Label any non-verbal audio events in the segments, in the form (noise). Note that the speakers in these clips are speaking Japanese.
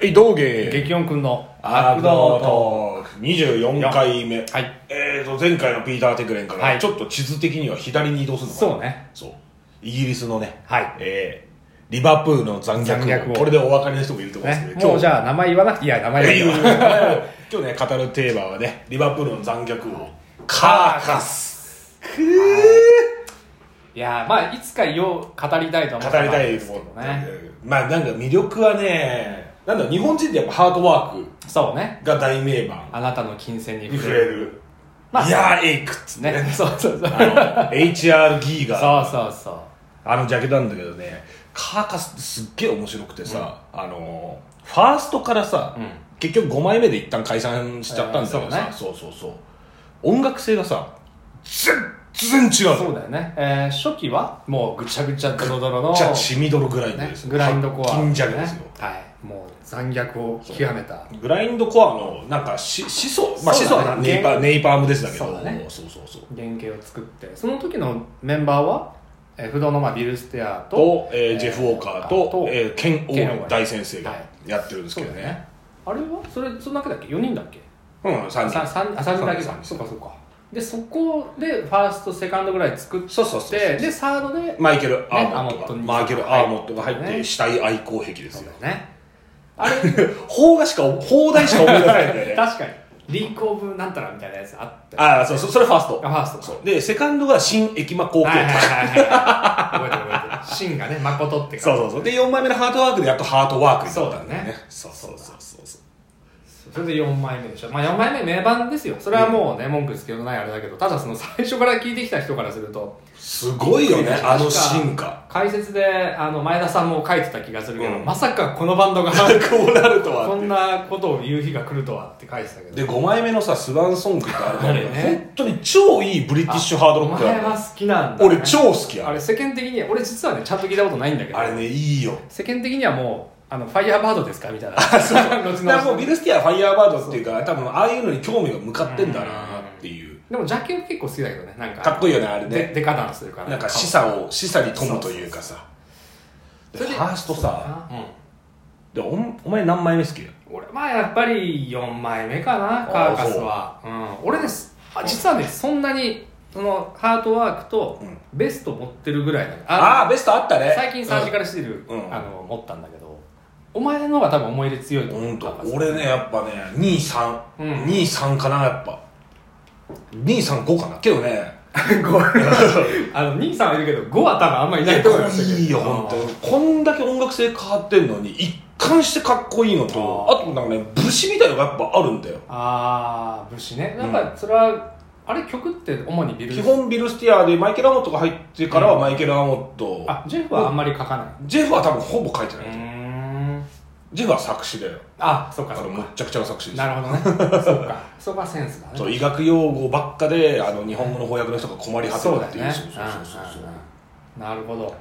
はい、道芸激音くんの悪道トーク24回目、はいえーと前回のピーター・テクレンかはらいちょっと地図的には左に移動するのかなそうねそうイギリスのね、はいえーリバプールの残残虐虐ををこれでお分かりの人もいると思うんですねけど、もうじゃゃあ名前言わなくていいや名前言わなくていいわ (laughs) 今日ね語るテーマはねリバプールの残虐をカーカスいやーまあいつかよう語りたいとは語り思ってたんたいでとすけ思どって、ねまあなんか魅力はねなんだろう日本人ってやっぱハードワークそうねが大名盤あなたの金銭にに触触れれるる、まあいやーエイクっつってねねそうそうそうそうあの HR ギーがそうそうあのジャケなんだけどねカーカスってすっげえ面白くてさ、あのーファーストからさ、うん結局5枚目で一旦解散しちゃったんだけどさ、えーそうそうそう音楽性がさ全然違うそうだよね、えー、初期はもうぐちゃぐちゃドロドロのじゃあ血みどろグラインドねですよ、グラインドコア金ジャケですよ、ねはいもう残虐を極めたグラインドコアのなんかし始祖まあ始祖そうはだねネイパーネイパームですだけどそうだねそうそうそう原型を作ってその時のメンバーは、えー不動のまあビル・ステアとと、えージェフ・ウォーカーと、えーケン・オケンーオーウウェンン大先生がはいやってるんですそけうどだね,、よねあれはそれそんだけだっけ4人だっけうん3人さ三あ三人だけか三人そうかそうかでそこでファーストセカンドぐらい作ってそうそうそうそうでサードでマイケル・アーモットが、ねマイケル・アーモットが入っはいて死体愛好癖ですそうよだよねあれ (laughs) 邦画しか邦題しか思い出せないんだよね確かにリーク・オブ・なんたらみたいなやつあったよああそうそうそれファーストあファーストそうでセカンドが新駅魔高校はいはいはいはい覚えてる覚えてるシンがね誠ってそうそうそうで4枚目のハートワークでやっとハートワークになったんだよねそそうだねうそうそうそうそれで4枚目でしょまあ4枚目名盤ですよそれはもうね文句つけようないあれだけどただその最初から聞いてきた人からするとすごいよね確かあの進化解説であの前田さんも書いてた気がするけど、うんまさかこのバ (laughs) ンドがこうなるとこはんなことを言う日が来るとはって書いてたけどで5枚目のさ「スワンソング」ってアルバムあれね本当に超いいブリティッシュハードロックお前だは好きなんだ、ね、俺超好きあやれ世間的に俺実はねちゃんと聞いたことないんだけどあれねいいよ世間的にはもうあのファイヤーバードですか (laughs) みたいな (laughs) 後だからも々うビル・スティアはファイヤーバードっていうか多分ああいうのに興味が向かってんだなっていうでもジャケは結構好きだけどねなんかかっこいいよねあれでねデカダンスというかなんか示唆を示唆に富むというかさでそフれでァーストさうんでおお前何枚目好きだよ俺まあやっぱり4枚目かなカーカスはう、ん、俺ですあ実はねそんなにそのハートワークとうんベスト持ってるぐらいなのああーベストあったね最近サージカルシール、うんあの持ったんだけどお前の方が多分思い入れ強いと思本う当カーカス俺ね (laughs) やっぱねうん232かなやっぱ235かなけどねあの兄さんはいるけど5は多分あんまりいないと思うんだけどいいよ本当にこんだけ音楽性変わってんのに一貫してかっこいいのとあーあとなんかね武士みたいのがやっぱあるんだよああ武士ねなんかそれは、あれ曲って主にビル基本ビル・スティアでマイケル・アモットが入ってからはマイケル・アモット、あジェフはあんまり書かな、ジェフは多分ほぼ書いてないいうんジェフは作詞だよあそうかあそのうむっかちゃくちゃな作詞ですなるほど (laughs) ねそうかそこはセンスだねそう医学用語ばっかであの日本語の翻訳の人が困り果てるっていうそうそうそうそううんうんうんなるほど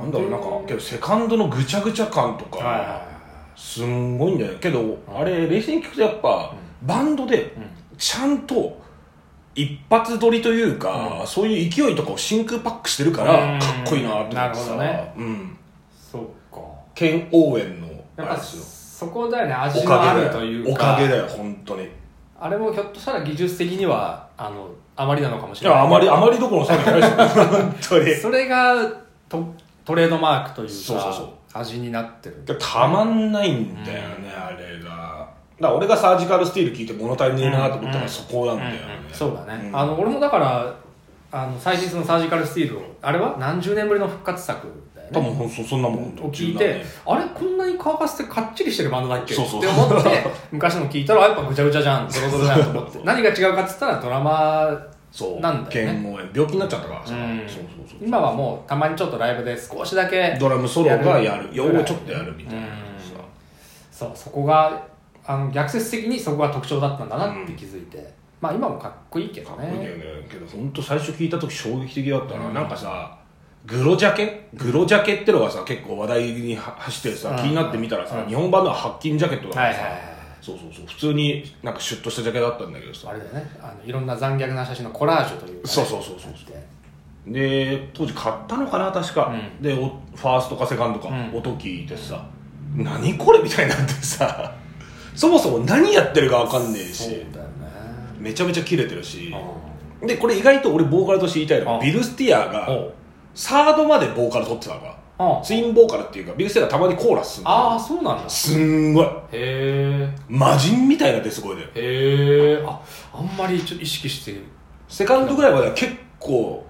なんだろうなんかけどセカンドのぐちゃぐちゃ感とか、はいはいすんごいんだよけどあれ冷静に聞くとやっぱ、バンドでちゃんと一発撮りというか、そういう勢いとかを真空パックしてるから、うんかっこいいなと思ってなるほさ、どねうん、そうかケン・オーウェンのやっあぱれですよそこだよねお味のあかげだるといようおかかげだよ本当にいあれもひょっとしたら技術的にはあのあまりなのかもしれないやあまりあまりどころの騒ぎじゃないですよ本当にそれがトトレードマークというかそうそうそう味になってるたまんないんだよね、あれがだから俺がサージカルスティール聞いて物足りねえなと思ったのはそこなんだよね、そうだね、うんあの俺もだからあの最新そのサージカルスティールをあれは何十年ぶりの復活作だよ多ね分ほんそそんなもんほんとを聞い17てあれこんなに乾かせてかっちりしてるバンドだっけそうそうって思って (laughs) 昔の聞いたらあやっぱぐちゃぐちゃじゃんドロドロじゃんと思っそうそうて何が違うかっつっ (laughs) たらドラマそうなんだよね剣も病気になっちゃったからさ、うんそうそうそう今はもうたまにちょっとライブで少しだけドラムソロがやるやるようちょっとやるみたいなうんさそうそこがあの逆説的にそこが特徴だったんだなって気づいて、まあ今もかっこいいけどかっこいいんだよねねけど本当最初聞いた時衝撃的だったな、うんなんかさグロジャケグロジャケってのがさ結構話題には走ってさ、うん気になってみたらさ、うん日本版のは白金ジャケットだかはいらはいさ、はいそうそうそう普通になんかシュッとしたジャケだったんだけどさあれだよねあのいろんな残虐な写真のコラージュというかね、そうそうそうそうやってで当時買ったのかな確か、うんでおファーストかセカンドか、うん音聞いてさ何これみたいになってさそもそも何やってるか分かんねえそうしだよねめちゃめちゃキレてるしうでこれ意外と俺ボーカルとして言いたいのうはんビル・スティアんがサードまでボーカル取ってたのかうんらツインボーカルっていうかビル・スティアがたまにコーラスするのああそうなんだへすんごいえ魔人みたいな出す声でへえああんまりちょっと意識してセカンドぐらいまでは結構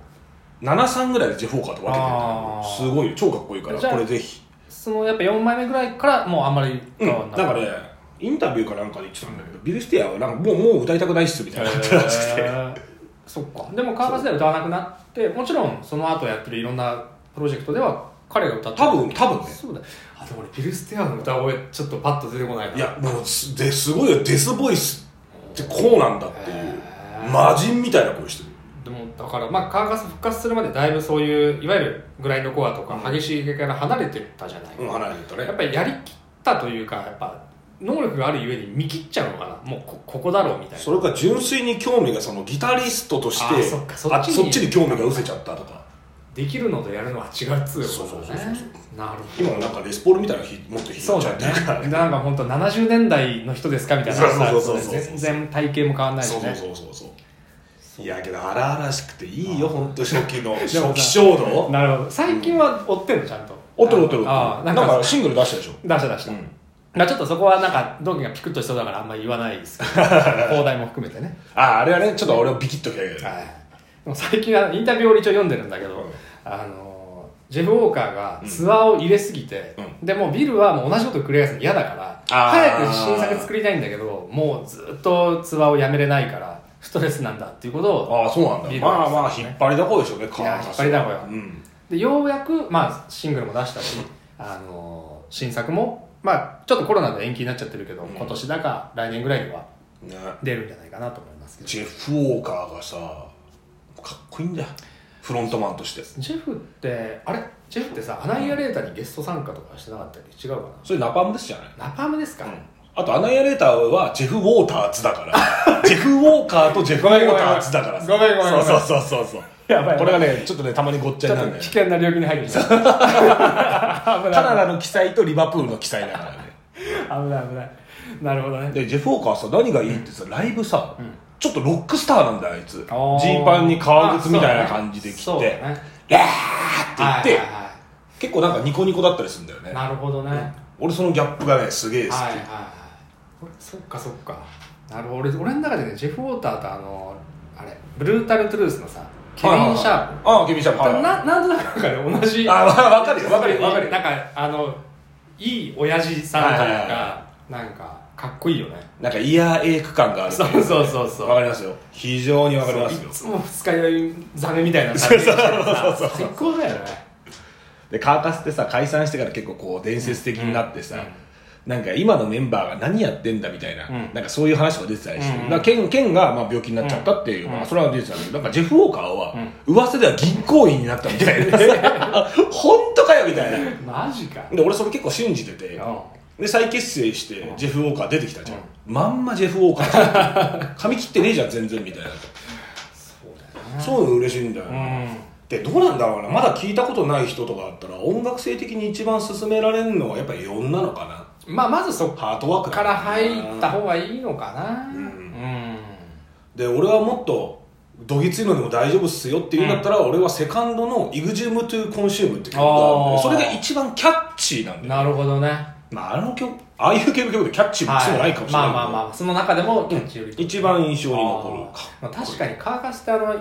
73ぐらいでジェフォーカーと分あけてーるすごいよ超かっこいいからじゃあこれぜひそのやっぱ4枚目ぐらいからもうあんまりうん、変わなんんないかねインタビューかなんかで言ってたんだけどビル・スティアはなんかもうもう歌いたくないっすみたいなことらしくて、 (laughs) そっかでもカーカスでは歌わなくなってもちろんその後やってるいろんなプロジェクトでは彼が歌ってる多分多分ねそうだあでも俺ビル・ステアの歌声ちょっとパッと出てこないないやもうすですごいよデスボイスってこうなんだっていうへー魔人みたいな声してるでもだからまあカーカス復活するまでだいぶそういういわゆるグラインドコアとか激しい経験から離れてたじゃない、うん離れてたやっねぱりやりきったというかやっぱ能力があるゆえに見切っちゃうのかなもうこここだろうみたいなそれか純粋に興味がそのギタリストとしてあそっかそっちにあそっちに興味が失せちゃったとかできるのとやるのは違うっつうことだねそうそうそうそなるほど今もなんかレスポールみたいなのひもっと弾いちゃそうっだよてるからね。なんか本当70年代の人ですかみたいな話だそうそうそうそう全然体型も変わんないしそうね。そうそうそうそういやけど荒々しくていいよ本当初期のでも初期衝動なるほど。最近は追ってんのちゃんと。おっとるおっとるあなあ、んなんかかシングル出したでしょ出した出した。うんまあちょっとそこはなんか同期がピクッとしそうだからあんまり言わないです (laughs) けど、放題も含めてね。あああれはねちょっと俺をビキッときゃいけないはい。でも最近はインタビューを一応読んでるんだけど、うんあのジェフ・ウォーカーがツアーを入れすぎて、うでもうビルはもう同じこと繰り返すの嫌だからあー早く新作作りたいんだけどもうずっとツアーをやめれないからストレスなんだっていうことをああそうなんだビールまあまあですね引っ張りだこでしょうねいや引っ張りだこようんでようやく、まあ、シングルも出したし、あの新作も、まあ、ちょっとコロナで延期になっちゃってるけど、うん今年だか来年ぐらいにはね出るんじゃないかなと思いますけどジェフ・ウォーカーがさかっこいいんだよフロントマンとしてジェフってあれジェフってさアナイアレーターにゲスト参加とかしてなかったっけ違うかなそれナパームですじゃないナパームですか、あとアナイアレーターはジェフ・ウォーターズだから (laughs) ジェフ・ウォーカーとジェフ・ウォーターズだからごめんごめんごめんそうそうそうそうやばいこれがねちょっとねたまにごっちちゃょになっるんとだよね危険な領域に入ってきた (laughs) 危ないカナダの記載とリバプールの記載だからね危ない危ないなるほどねでジェフ・ウォーカーさ何がいいってさライブさ、んちょっとロックスターなんだよあいつジあーーパンに革靴みたいな感じであ着て、そうだねラーって言って、はいはいは結構なんかニコニコだったりするんだよいねなるほどね、はい俺そのギャップがねすげえ好き、はいはい俺そっかそっかなるほど俺俺の中でねジェフ・ウォーターとあのあれブルータル・トゥルースのさケビン・シャーププああケビン・シャープ、はいはいななんとなくなんかね同じあわわかる (laughs) よわかるよわかるよなんかあのいい親父さんというか、はいはいはなんかかっこいいよ (laughs) ねなんかイヤーエイク感があるそうそうそうそうわかりますよ非常にわかりますいよつも二日酔いザメみたいな感じでそうそうそう最高だよねでカーカスってさ解散してから結構こう伝説的になってさ、うんうんなんか今のメンバーが何やってんだみたいな、うんなんかそういう話が出てたりして、うんうだんからケンケンがまあ病気になっちゃったっていう、うんまあ、それは出てたんだけどなんかジェフ・ウォーカーは噂では銀行員になったみたいな (laughs) さ本当かよみたいなマジかで俺それ結構信じててで再結成してジェフ・ウォーカー出てきたじゃん、まんまジェフ・ウォーカーじゃん髪切ってねえじゃん全然みたいなそうだよねそういうの嬉しいんだよ、うんでどうなんだろうなまだ聞いたことない人とかだったら音楽性的に一番勧められるのはやっぱり4なのかなまあまずそこハートワークだから入った方がいいのかなうん、で俺はもっとどぎついのでも大丈夫っすよって言うんだったら、俺はセカンドの「イグジウム・トゥ・コンシューム」って曲があるんだけどそあーれが一番キャッチーなんだよ、なるほどねまあ、あの曲ああいう系の曲でキャッチーもクソもないかもしれないはけど、まあまあまあその中でもキャッチより、一番印象に残るあーまあ、確かにカーカスってあの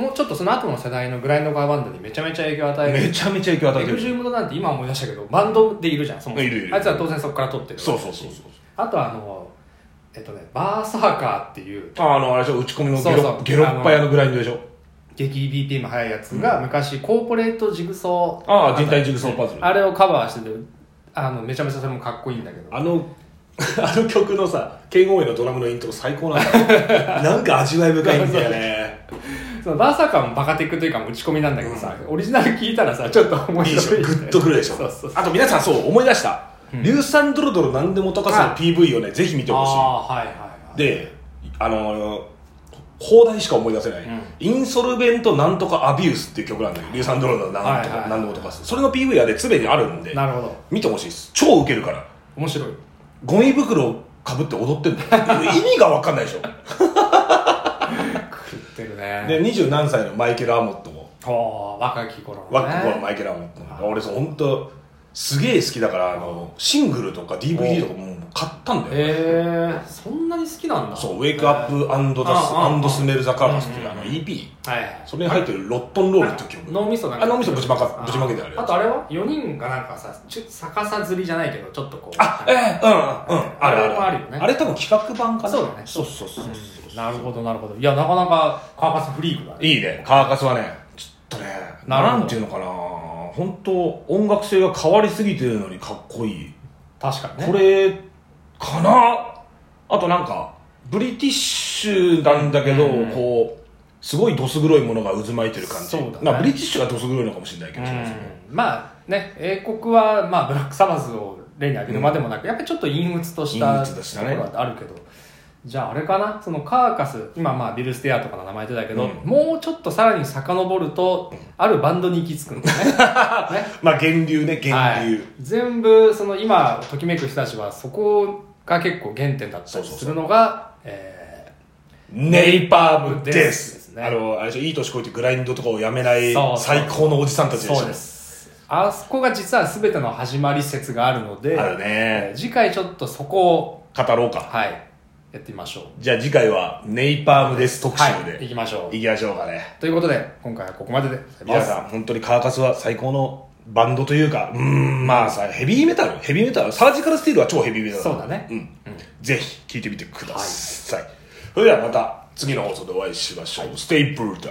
もうちょっとその後の世代のグラインドガーバンドにめちゃめちゃ影響を与えるめちゃめちゃ影響与えエてクるジュームドなんて今思い出したけどバンドでいるじゃんそもそもいるいるあいつは当然そこから撮ってるそうそうそうそうあとはあのえっとねバーサーカーっていうあのあれでしょ打ち込みのゲロそうそうゲロッパ屋のグラインドでしょ激 BPM 速いやつが昔コーポレートジグソーああ人体ジグソーパズルあれをカバーしててあのめちゃめちゃそれもかっこいいんだけどあの (laughs) あの曲のさケン・オーエのドラムのイントロ最高なんだよ (laughs) なんか味わい深いんだよねそのバーサーカーもバカテックというかもう打ち込みなんだけどさ、オリジナル聞いたらさちょっと (laughs) 面いいでしょ白グいッとくるでしょそうそうそうあと皆さんそう思い出した「硫酸ドロドロなんでも溶かす」の PV をねぜひ見てほああーはいはいはいしいであのー放題しか思い出せない、うんインソルベントなんとかアビュースっていう曲なんだけどリュウサンドローのなんとはいかはい何度とかそれの PV はで常にあるんでなるほど見てほしいです超ウケるから面白いゴミ袋をかぶって踊 (laughs) ってんの意味が分かんないでしょ狂ってるねで二十何歳のマイケル・アモットもおー若き頃のねワックはマイケル・アモットも俺そう本当すげえ好きだからあのシングルとか DVD とかもう買ったんだよ、へえー、そんなに好きなんだそう「ウェイクアップアンドザスあああアンドスメル・ザ・カラス」っていうあうんうのん EP はいはいそれに入ってる「ロットン・ロール」っていう曲脳みそなんかあ脳みそぶちまかぶちまけてあるやつあとあれは4人がなんかさちょっと逆さずりじゃないけどちょっとこうあええうんうんうんあるあれもああるるよねあれ多分企画版かなそうだねそうそうそうそううんなるほどなるほどいやなかなかカーカスフリークだねいいねカーカスはねちょっとねなるほどなんていうのかな本当音楽性が変わりすぎてるのにかっこいい確かにねこれかなあとなんかブリティッシュなんだけど、うんこうすごいどす黒いものが渦巻いてる感じそうだねなブリティッシュがどす黒いのかもしれないけど、うんまあね英国は、まあ、ブラックサバスを例に挙げるまでもなく、やっぱりちょっと陰鬱とした陰鬱とことしたねろはあるけど、じゃああれかなそのカーカス今まあビル・ステアとかの名前出たけど、うんもうちょっとさらに遡るとあるバンドに行き着く (laughs) んだねねまあ源流ね源流、はい、全部その今ときめく人たちはそこが結構原点だったりするのがえネイパームですですねあのあれでしょいい年こいてグラインドとかをやめないそうそう最高のおじさんたーちでしょそうですあそこが実は全ての始まり説があるのであるねえー次回ちょっとそこを語ろうかはいやってみましょうじゃあ次回はネイパームです特集で、はいい、行きましょきましょうかねうということで今回はここまででございま皆すさん本当にカーカスは最高のバンドというかうーんまあさヘビーメタルヘビーメタルサージカルスティールは超ヘビーメタルそうだねうん、ぜひ聴いてみてください、それではまた次の放送でお会いしましょう、ステイプルダー